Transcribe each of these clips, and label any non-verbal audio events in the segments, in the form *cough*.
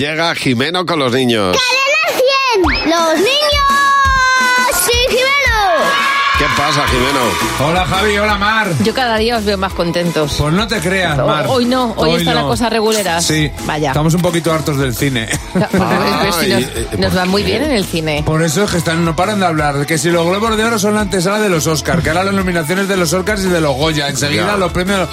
Llega Jimeno con los niños. ¡Los niños! ¡Sí, ¿Qué pasa, Jimeno? Hola Javi, hola Mar. Yo cada día os veo más contentos. Pues no te creas, O- Mar. hoy no, hoy está la cosa regulera. Sí. Vaya. Estamos Ah, un poquito hartos del cine. *laughs* Porque pero si Ay, nos, eh, nos ¿por va muy qué? bien en el cine. Por eso es que están, no paran de hablar. de Que si los Globos de Oro son la antesala de los Oscars, que ahora las nominaciones de los Oscars y de los Goya. Enseguida Ya. los premios.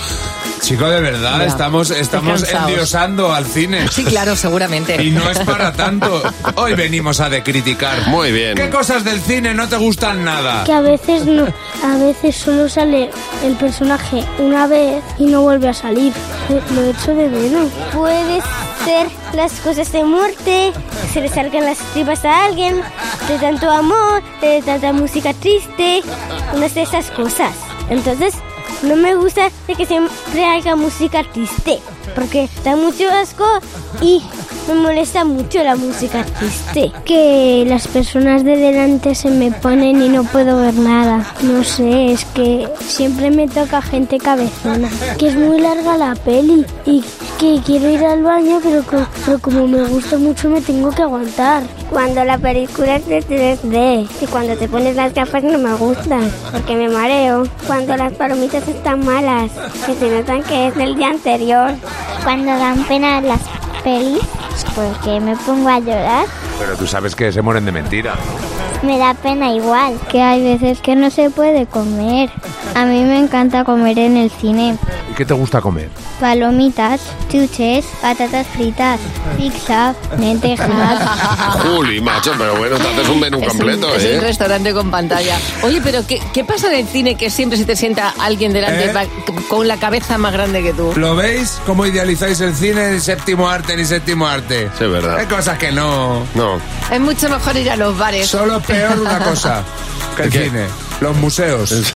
Chico, de verdad, Ya. estamos, estamos cansados. endiosando al cine. *laughs* Sí, claro, seguramente. Y no es para tanto. Hoy venimos a decriticar. Muy bien. ¿Qué cosas del cine no te gustan nada? Que a veces no, a veces solo sale el personaje una vez y no vuelve a salir. Lo- Lo echo de menos. Puede ser las cosas de muerte, se le salgan las tripas a alguien, de tanto amor, de tanta música triste, unas de esas cosas. Entonces, no me gusta de que siempre haya música triste, porque da mucho asco y me molesta mucho la música triste. Que las personas de delante se me ponen y no puedo ver nada. No sé, es que siempre me toca gente cabezona. Que es muy larga la peli y que quiero ir al baño, pero, co- pero como me gusta mucho me tengo que aguantar. Cuando la película es de 3D y cuando te pones las gafas no me gustan porque me mareo. Cuando las palomitas están malas, que se notan que es del día anterior. Cuando dan pena las pelis, porque me pongo a llorar. Pero tú sabes que se mueren de mentira. Me da pena igual. Que hay veces que no se puede comer. A mí me encanta comer en el cine. ¿Y qué te gusta comer? Palomitas, chuches, patatas fritas, pizza, *laughs* lentejas. Juli, macho, pero bueno, te haces un menú Es un- completo, es un, ¿eh? restaurante con pantalla. Oye, pero ¿qué, qué pasa en el cine que siempre se te sienta alguien delante ¿Eh? va- con la cabeza más grande que tú? ¿Lo veis? ¿Cómo idealizáis el cine el séptimo arte ni séptimo arte? Sí, es verdad. Hay cosas que no. No. Es mucho mejor ir a los bares. Solo peor una cosa que el ¿Qué? cine, los museos.